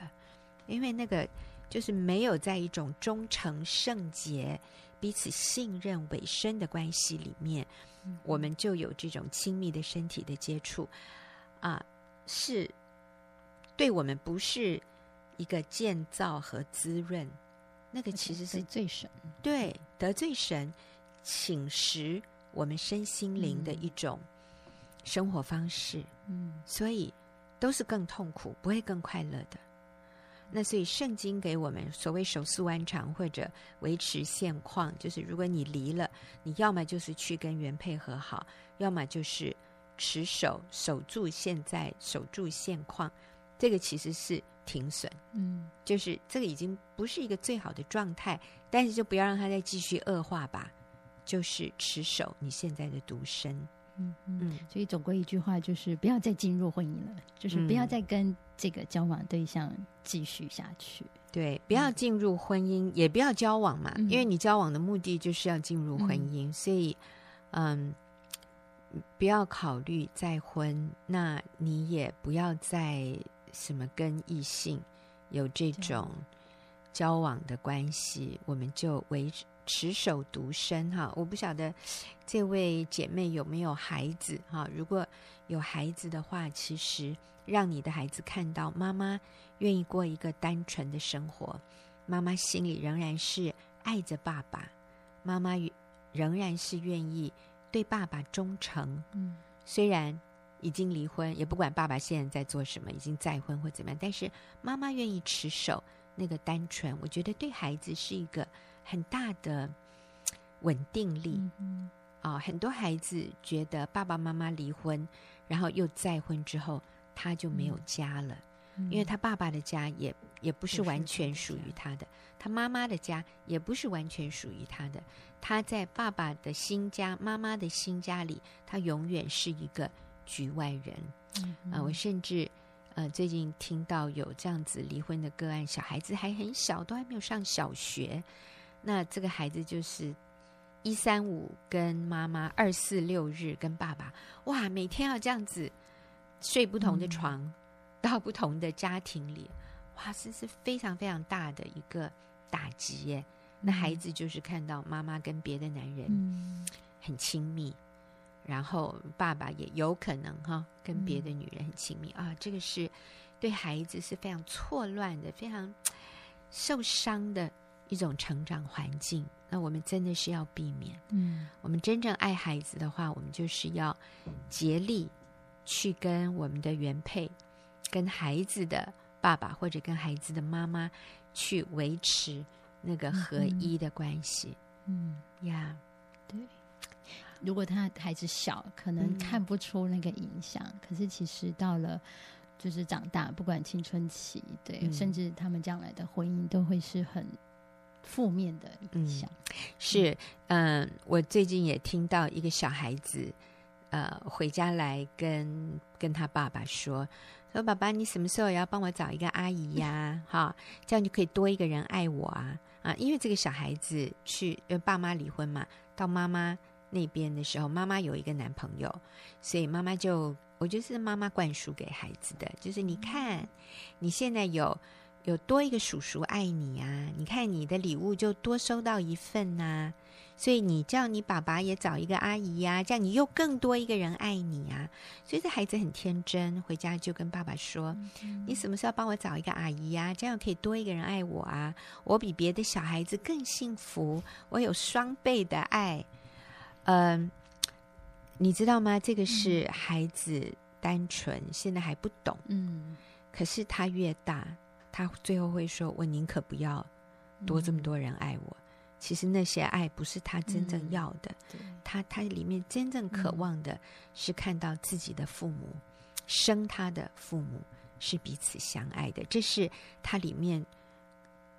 [SPEAKER 1] 因为那个就是没有在一种忠诚、圣洁、彼此信任、委身的关系里面，我们就有这种亲密的身体的接触，啊，是对我们不是一个建造和滋润，那个
[SPEAKER 3] 而且
[SPEAKER 1] 其实是
[SPEAKER 3] 最最神，
[SPEAKER 1] 对，得罪神，寝食我们身心灵的一种生活方式，
[SPEAKER 3] 嗯
[SPEAKER 1] 所以都是更痛苦，不会更快乐的。那所以圣经给我们所谓手速安常或者维持现况，就是如果你离了，你要么就是去跟原配和好，要么就是持守守住现在，守住现况。这个其实是停损。
[SPEAKER 3] 嗯
[SPEAKER 1] 就是这个已经不是一个最好的状态，但是就不要让它再继续恶化吧。就是持守你现在的独身，
[SPEAKER 3] 嗯嗯。
[SPEAKER 1] 嗯，
[SPEAKER 3] 所以总归一句话就是，不要再进入婚姻了，就是不要
[SPEAKER 1] 嗯
[SPEAKER 3] 再跟这个交往对象继续下去。
[SPEAKER 1] 对，不要
[SPEAKER 3] 嗯
[SPEAKER 1] 进入婚姻，也不要交往嘛，
[SPEAKER 3] 嗯
[SPEAKER 1] 因为你交往的目的就是要进入婚姻，所以，嗯，不要考虑再婚，那你也不要再什么跟异性有这种交往的关系，我们就维持持守独身哈。我不晓得这位姐妹有没有孩子哈，如果有孩子的话，其实让你的孩子看到妈妈愿意过一个单纯的生活，妈妈心里仍然是爱着爸爸，妈妈仍然是愿意对爸爸忠诚，
[SPEAKER 3] 嗯
[SPEAKER 1] 虽然已经离婚，也不管爸爸现在在做什么，已经再婚或怎么样，但是妈妈愿意持守那个单纯，我觉得对孩子是一个很大的嘖稳定力
[SPEAKER 3] 嗯
[SPEAKER 1] 啊、很多孩子觉得爸爸妈妈离婚，然后又再婚之后，他就没有家了，
[SPEAKER 3] 嗯
[SPEAKER 1] 因为他爸爸的家也也不是
[SPEAKER 3] 不是
[SPEAKER 1] 完
[SPEAKER 3] 他
[SPEAKER 1] 全
[SPEAKER 3] 的
[SPEAKER 1] 属于
[SPEAKER 3] 家
[SPEAKER 1] 他的，他妈妈的家也不是完全属于他的。他在爸爸的新家、妈妈的新家里，他永远是一个局外人
[SPEAKER 3] 嗯
[SPEAKER 1] 啊、我甚至呃，最近听到有这样子离婚的个案，小孩子还很小，都还没有上小学，那这个孩子就是。一三五跟妈妈，二四六日跟爸爸，哇，每天要这样子睡不同的
[SPEAKER 3] 嗯
[SPEAKER 1] 床，到不同的家庭里，哇，这是非常非常大的一个打击耶。那孩子就是看到妈妈跟别的男人
[SPEAKER 3] 嗯
[SPEAKER 1] 很亲密，然后爸爸也有可能哈跟别的女人很亲密、啊，这个是对孩子是非常错乱的、非常受伤的一种成长环境。那我们真的是要避免。
[SPEAKER 3] 嗯
[SPEAKER 1] 我们真正爱孩子的话，我们就是要竭力去跟我们的原配、跟孩子的爸爸或者跟孩子的妈妈去维持那个合一的关系
[SPEAKER 3] 嗯，
[SPEAKER 1] 呀。
[SPEAKER 3] 对。如果他孩子小，可能
[SPEAKER 1] 嗯
[SPEAKER 3] 看不出那个影响，可是其实到了就是长大，不管青春期，对，
[SPEAKER 1] 嗯
[SPEAKER 3] 甚至他们将来的婚姻都会是很负面的影响。
[SPEAKER 1] 是，嗯，我最近也听到一个小孩子，呃，回家来跟跟他爸爸说，说爸爸，你什么时候也要帮我找一个阿姨呀、哈，这样就可以多一个人爱我啊啊！因为这个小孩子去，呃，爸妈离婚嘛，到妈妈那边的时候，妈妈有一个男朋友，所以妈妈就，我觉得是妈妈灌输给孩子的，就是你看，你现在有。有多一个叔叔爱你啊！你看你的礼物就多收到一份呐、所以你叫你爸爸也找一个阿姨呀、这样你又更多一个人爱你啊。所以这孩子很天真，回家就跟爸爸说：“你什么时候帮我找一个阿姨呀、这样可以多一个人爱我啊！我比别的小孩子更幸福，我有双倍的爱。”嗯，你知道吗？这个是孩子单纯，现在还不懂。
[SPEAKER 3] 嗯，
[SPEAKER 1] 可是他越大，他最后会说：“我宁可不要
[SPEAKER 3] 嗯
[SPEAKER 1] 多这么多人爱我。其实那些爱不是他真正
[SPEAKER 3] 嗯
[SPEAKER 1] 要的，
[SPEAKER 3] 对，
[SPEAKER 1] 他他里面真正渴望的是看到自己的父母，生他的父母是彼此相爱的，这是他里面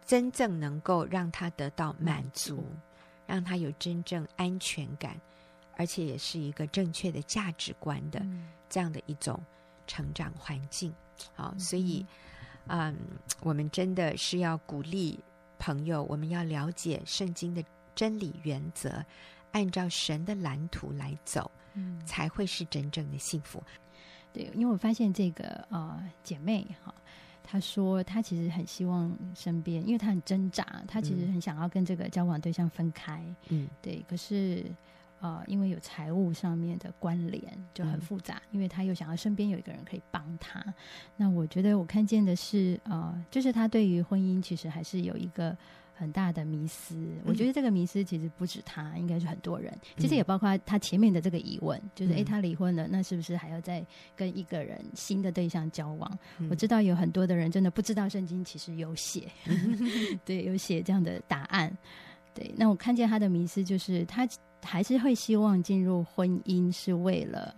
[SPEAKER 1] 真正能够让他得到满足，让他有真正安全感，而且也是一个正确的价值观的
[SPEAKER 3] 嗯
[SPEAKER 1] 这样的一种成长环境。好，所以，嗯，我们真的是要鼓励朋友，我们要了解圣经的真理原则，按照神的蓝图来走，
[SPEAKER 3] 嗯
[SPEAKER 1] 才会是真正的幸福。
[SPEAKER 3] 对，因为我发现这个呃姐妹哈，她说她其实很希望身边，因为她很挣扎，她其实
[SPEAKER 1] 嗯
[SPEAKER 3] 很想要跟这个交往对象分开，
[SPEAKER 1] 嗯
[SPEAKER 3] 对，可是呃因为有财务上面的关联就很
[SPEAKER 1] 嗯
[SPEAKER 3] 复杂，因为她又想要身边有一个人可以帮她。那我觉得我看见的是呃，就是她对于婚姻其实还是有一个很大的迷思。我
[SPEAKER 1] 嗯
[SPEAKER 3] 觉得这个迷思其实不止他，应该是很多人。其实也包括他前面的这个疑问，就是
[SPEAKER 1] 嗯
[SPEAKER 3] 诶，他离婚了，那是不是还要再跟一个人新的对象交往？
[SPEAKER 1] 嗯
[SPEAKER 3] 我知道有很多的人真的不知道圣经其实有写，
[SPEAKER 1] 嗯
[SPEAKER 3] 对，有写这样的答案。对，那我看见他的迷思就是他还是会希望进入婚姻是为了，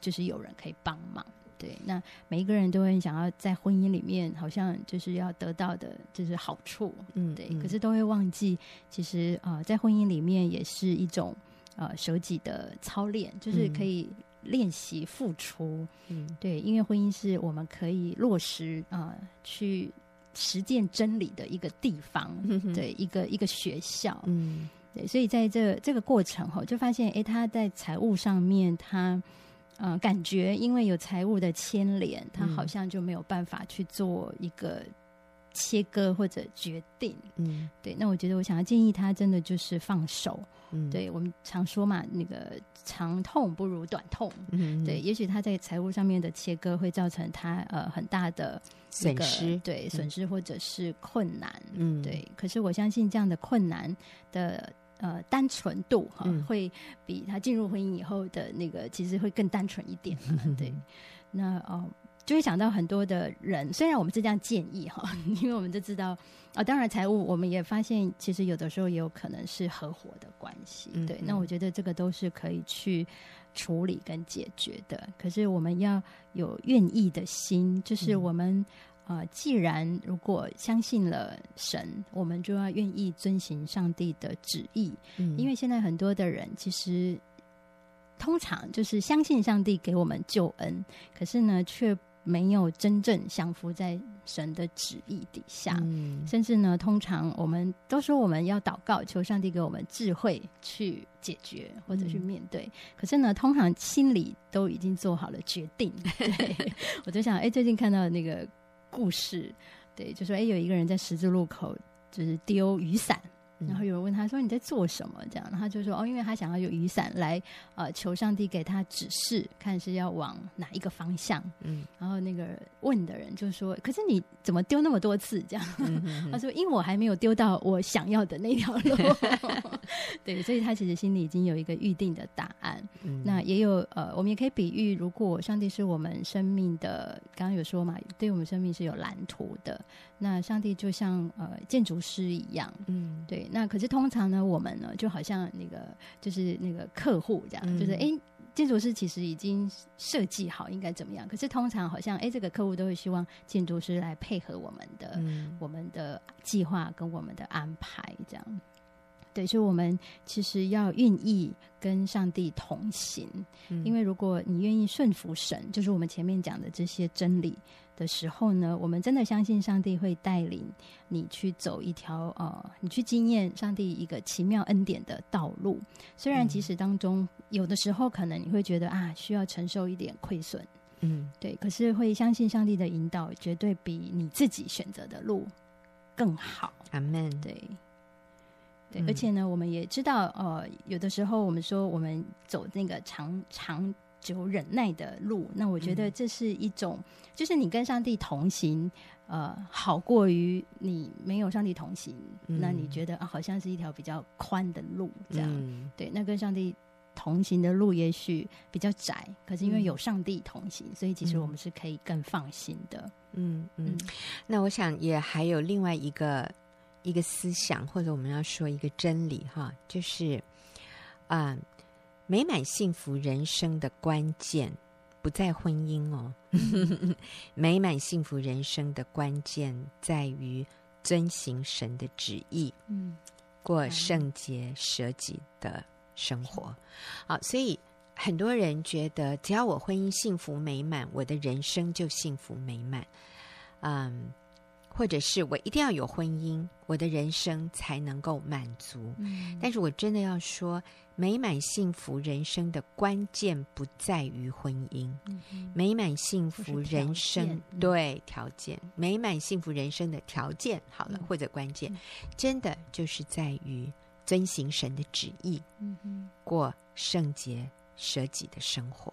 [SPEAKER 3] 就是有人可以帮忙。对，那每一个人都很想要在婚姻里面，好像就是要得到的就是好处，
[SPEAKER 1] 嗯
[SPEAKER 3] 对，可是都会忘记，其实呃，在婚姻里面也是一种呃手己的操练，就是可以练习付出。
[SPEAKER 1] 嗯
[SPEAKER 3] 对，因为婚姻是我们可以落实啊、呃去实践真理的一个地方，
[SPEAKER 1] 嗯
[SPEAKER 3] 对，一个一个学校。
[SPEAKER 1] 嗯
[SPEAKER 3] 对，所以在这这个过程哈，就发现诶，他在财务上面，他呃感觉因为有财务的牵连，他
[SPEAKER 1] 嗯
[SPEAKER 3] 好像就没有办法去做一个切割或者决定。
[SPEAKER 1] 嗯
[SPEAKER 3] 对，那我觉得我想要建议他，真的就是放手。
[SPEAKER 1] 嗯
[SPEAKER 3] 对我们常说嘛，那个长痛不如短痛。
[SPEAKER 1] 嗯
[SPEAKER 3] 对，也许他在财务上面的切割会造成他呃很大的那
[SPEAKER 1] 损
[SPEAKER 3] 个
[SPEAKER 1] 失
[SPEAKER 3] 对损失或者是困难。
[SPEAKER 1] 嗯
[SPEAKER 3] 对，可是我相信这样的困难的呃单纯度哈、
[SPEAKER 1] 嗯
[SPEAKER 3] 会比他进入婚姻以后的那个其实会更单纯一点嘛对， 那哦。就会想到很多的人，虽然我们是这样建议哈， 因为我们都知道啊、当然财务我们也发现，其实有的时候也有可能是合伙的关系，
[SPEAKER 1] 嗯
[SPEAKER 3] 对。
[SPEAKER 1] 嗯
[SPEAKER 3] 那我觉得这个都是可以去处理跟解决的。可是我们要有愿意的心，就是
[SPEAKER 1] 嗯
[SPEAKER 3] 我们呃，既然如果相信了神，我们就要愿意遵行上帝的旨意，
[SPEAKER 1] 嗯
[SPEAKER 3] 因为现在很多的人其实通常就是相信上帝给我们救恩，可是呢，却没有真正降服在神的旨意底下。
[SPEAKER 1] 嗯
[SPEAKER 3] 甚至呢，通常我们都说我们要祷告，求上帝给我们智慧去解决或者去
[SPEAKER 1] 嗯
[SPEAKER 3] 面对。可是呢，通常心里都已经做好了决 定。对，我就想，哎、最近看到那个故事，对，就说哎、有一个人在十字路口就是丢雨伞。
[SPEAKER 1] 嗯
[SPEAKER 3] 然后有人问他说：“你在做什么？”这样，然后他就说：“哦，因为他想要有雨伞来，呃，求上帝给他指示，看是要往哪一个方向。
[SPEAKER 1] 嗯”
[SPEAKER 3] 然后那个问的人就说：“可是你怎么丢那么多次？”这样，
[SPEAKER 1] 嗯
[SPEAKER 3] 他说：“因为我还没有丢到我想要的那条 路，对，所以他其实心里已经有一个预定的答案。
[SPEAKER 1] 嗯
[SPEAKER 3] 那也有呃，我们也可以比喻，如果上帝是我们生命的，刚刚有说嘛，对我们生命是有蓝图的。那上帝就像呃建筑师一样，
[SPEAKER 1] 嗯
[SPEAKER 3] 对，那可是通常呢，我们呢就好像那个就是那个客户这样，
[SPEAKER 1] 嗯
[SPEAKER 3] 就是诶，建筑师其实已经设计好应该怎么样，可是通常好像诶，这个客户都会希望建筑师来配合我们的。
[SPEAKER 1] 嗯
[SPEAKER 3] 我们的计划跟我们的安排，这样。对，所以我们其实要愿意跟上帝同行，
[SPEAKER 1] 嗯
[SPEAKER 3] 因为如果你愿意顺服神，就是我们前面讲的这些真理的时候呢，我们真的相信上帝会带领你去走一条呃，你去经验上帝一个奇妙恩典的道路。虽然
[SPEAKER 1] 嗯
[SPEAKER 3] 即使当中、有的时候可能你会觉得啊，需要承受一点亏损，
[SPEAKER 1] 嗯
[SPEAKER 3] 对，可是会相信上帝的引导，绝对比你自己选择的路更好。
[SPEAKER 1] 阿门
[SPEAKER 3] 嗯对，对，
[SPEAKER 1] 嗯
[SPEAKER 3] 而且呢，我们也知道，呃，有的时候我们说我们走那个长长久忍耐的路，那我觉得
[SPEAKER 1] 嗯
[SPEAKER 3] 这是一种，就是你跟上帝同行，呃，好过于你没有上帝同行，那你
[SPEAKER 1] 嗯
[SPEAKER 3] 觉得啊，好像是一条比较宽的路这样。
[SPEAKER 1] 嗯
[SPEAKER 3] 对，那跟上帝同行的路也许比较窄，可是因为
[SPEAKER 1] 嗯
[SPEAKER 3] 有上帝同行，所以其实
[SPEAKER 1] 嗯
[SPEAKER 3] 我们是可以更放心的。
[SPEAKER 1] 嗯嗯
[SPEAKER 3] 嗯，
[SPEAKER 1] 那我想也还有另外一个一个思想，或者我们要说一个真理哈，就是啊、美满幸福人生的关键不在婚姻哦，美满幸福人生的关键在于遵行神的旨意。
[SPEAKER 3] 嗯
[SPEAKER 1] 过圣洁舍己的生活。好，所以很多人觉得，只要我婚姻幸福美满，我的人生就幸福美满。嗯，或者是我一定要有婚姻，我的人生才能够满足。
[SPEAKER 3] 嗯
[SPEAKER 1] 但是我真的要说，美满幸福人生的关键不在于婚姻，
[SPEAKER 3] 嗯
[SPEAKER 1] 美满幸福
[SPEAKER 3] 就是条
[SPEAKER 1] 人生
[SPEAKER 3] 件嗯
[SPEAKER 1] 对条件，美满幸福人生的条件好了，
[SPEAKER 3] 嗯
[SPEAKER 1] 或者关键
[SPEAKER 3] 嗯，
[SPEAKER 1] 真的就是在于遵行神的旨意，
[SPEAKER 3] 嗯嗯
[SPEAKER 1] 过圣洁舍己的生活。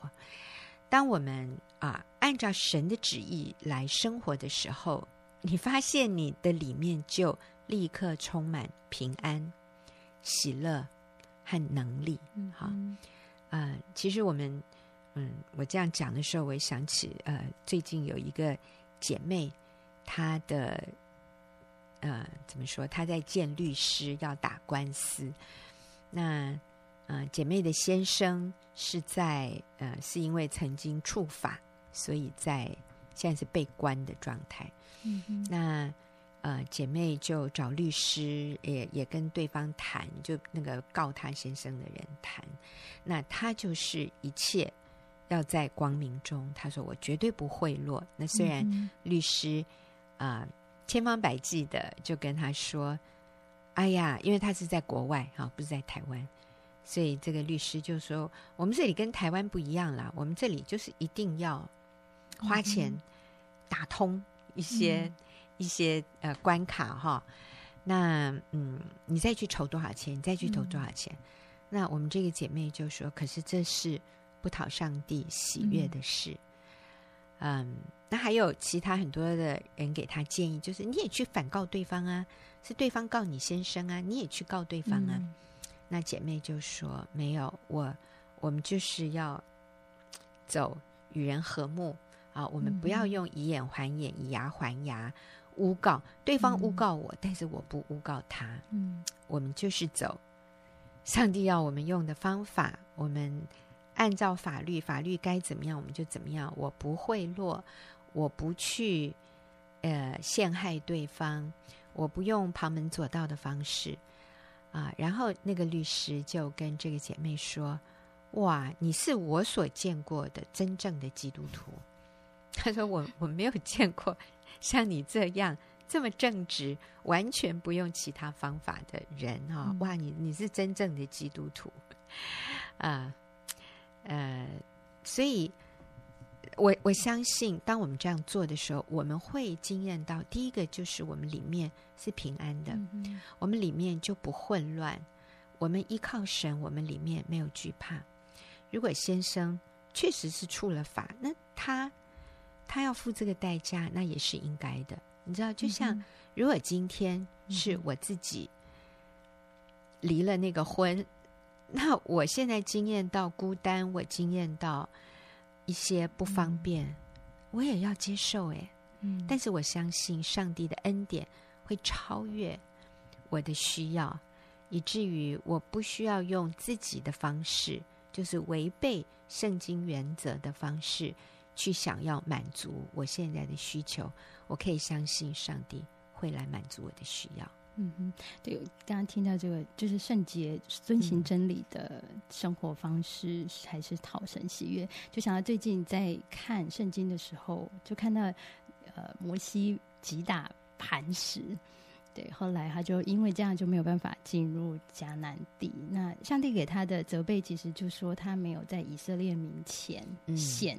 [SPEAKER 1] 当我们啊按照神的旨意来生活的时候，你发现你的里面就立刻充满平安、喜乐和能力。
[SPEAKER 3] 嗯
[SPEAKER 1] 好，呃，其实我们，嗯，我这样讲的时候，我也想起，呃，最近有一个姐妹，她的，呃，怎么说？她在见律师要打官司。那，呃，姐妹的先生是在，呃，是因为曾经触法，所以在现在是被关的状态。
[SPEAKER 3] 嗯哼
[SPEAKER 1] 那呃，姐妹就找律师，也也跟对方谈，就那个告她先生的人谈。那她就是一切要在光明中，她说我绝对不贿赂。那虽然
[SPEAKER 2] 嗯
[SPEAKER 1] 律师啊、呃千方百计的就跟他说：“哎呀，因为他是在国外哈、不是在台湾，所以这个律师就说我们这里跟台湾不一样啦，我们这里就是一定要花钱打通一些、一些呃关卡哈、那嗯，你再去筹多少钱，你再去投多少钱？那我们这个姐妹就说：可是这是不讨上帝喜悦的事。嗯，那还有其他很多的人给她建议，就是你也去反告对方啊，是对方告你先生啊，你也去告对方啊。
[SPEAKER 2] 嗯
[SPEAKER 1] 那姐妹就说：“没有，我我们就是要走与人和睦啊，我们不要用以眼还眼，以牙还牙，诬告对方诬告我，但是我不诬告他。
[SPEAKER 3] 嗯
[SPEAKER 1] 我们就是走上帝要我们用的方法，我们按照法律，法律该怎么样我们就怎么样。我不贿赂，我不去呃陷害对方，我不用旁门左道的方式啊、然后那个律师就跟这个姐妹说：“哇，你是我所见过的真正的基督徒。” 他说我：“我没有见过像你这样这么正直，完全不用其他方法的人哈、
[SPEAKER 3] 嗯
[SPEAKER 1] 哇，你你是真正的基督徒啊、呃，所以我我相信，当我们这样做的时候，我们会惊艳到第一个就是我们里面是平安的，
[SPEAKER 3] 嗯哼
[SPEAKER 1] 我们里面就不混乱。我们依靠神，我们里面没有惧怕。如果先生确实是触了法，那他他要付这个代价，那也是应该的。你知道，就像如果今天是我自己离了那个婚，那我现在经验到孤单，我经验到一些不方便，我也要接受哎、
[SPEAKER 3] 嗯
[SPEAKER 1] 但是我相信上帝的恩典会超越我的需要，以至于我不需要用自己的方式，就是违背圣经原则的方式去想要满足我现在的需求。我可以相信上帝会来满足我的需要。
[SPEAKER 3] 嗯哼，对，刚刚听到这个，就是圣洁、遵行
[SPEAKER 1] 嗯
[SPEAKER 3] 真理的生活方式，才是讨神喜悦。就想到最近在看圣经的时候，就看到呃摩西击打磐石，对，后来他就因为这样就没有办法进入迦南地。那上帝给他的责备，其实就说他没有在以色列民前
[SPEAKER 1] 嗯
[SPEAKER 3] 显、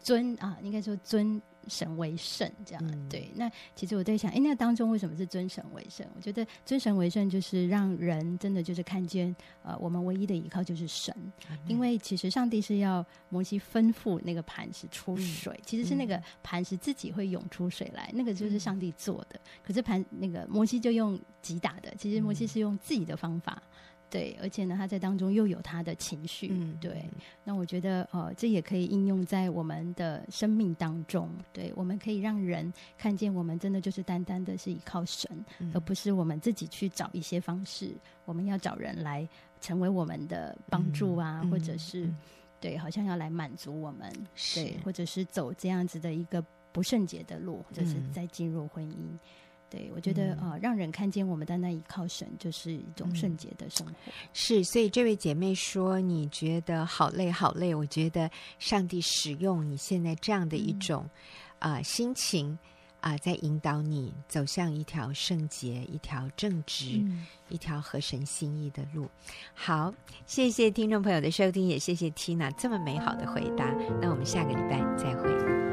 [SPEAKER 3] 尊啊，应该说尊神为圣这样。
[SPEAKER 1] 嗯
[SPEAKER 3] 对，那其实我在想，哎，那当中为什么是尊神为圣？我觉得尊神为圣就是让人真的就是看见，呃，我们唯一的依靠就是神，
[SPEAKER 1] 嗯
[SPEAKER 3] 因为其实上帝是要摩西吩咐那个磐石出水，
[SPEAKER 1] 嗯
[SPEAKER 3] 其实是那个磐石自己会涌出水来，那个就是上帝做的。
[SPEAKER 1] 嗯
[SPEAKER 3] 可是磐那个摩西就用击打的，其实摩西是用自己的方法。对，而且呢，他在当中又有他的情绪，
[SPEAKER 1] 嗯
[SPEAKER 3] 对，那我觉得，呃，这也可以应用在我们的生命当中。对，我们可以让人看见，我们真的就是单单的是依靠神，
[SPEAKER 1] 嗯
[SPEAKER 3] 而不是我们自己去找一些方式。我们要找人来成为我们的帮助啊，
[SPEAKER 1] 嗯
[SPEAKER 3] 或者是、
[SPEAKER 1] 嗯
[SPEAKER 3] 对，好像要来满足我们，
[SPEAKER 1] 是
[SPEAKER 3] 对，或者是走这样子的一个不圣洁的路，或者是
[SPEAKER 1] 嗯
[SPEAKER 3] 再进入婚姻。对，我觉得
[SPEAKER 1] 嗯
[SPEAKER 3] 呃，让人看见我们单单依靠神，就是一种圣洁的生活。
[SPEAKER 1] 是，所以这位姐妹说：“你觉得好累，好累。”我觉得上帝使用你现在这样的一
[SPEAKER 3] 嗯
[SPEAKER 1] 种啊、呃心情啊、在引导你走向一条圣洁、一条正直、
[SPEAKER 3] 嗯
[SPEAKER 1] 一条合神心意的路。好，谢谢听众朋友的收听，也谢谢 Tina 这么美好的回答。那我们下个礼拜再会。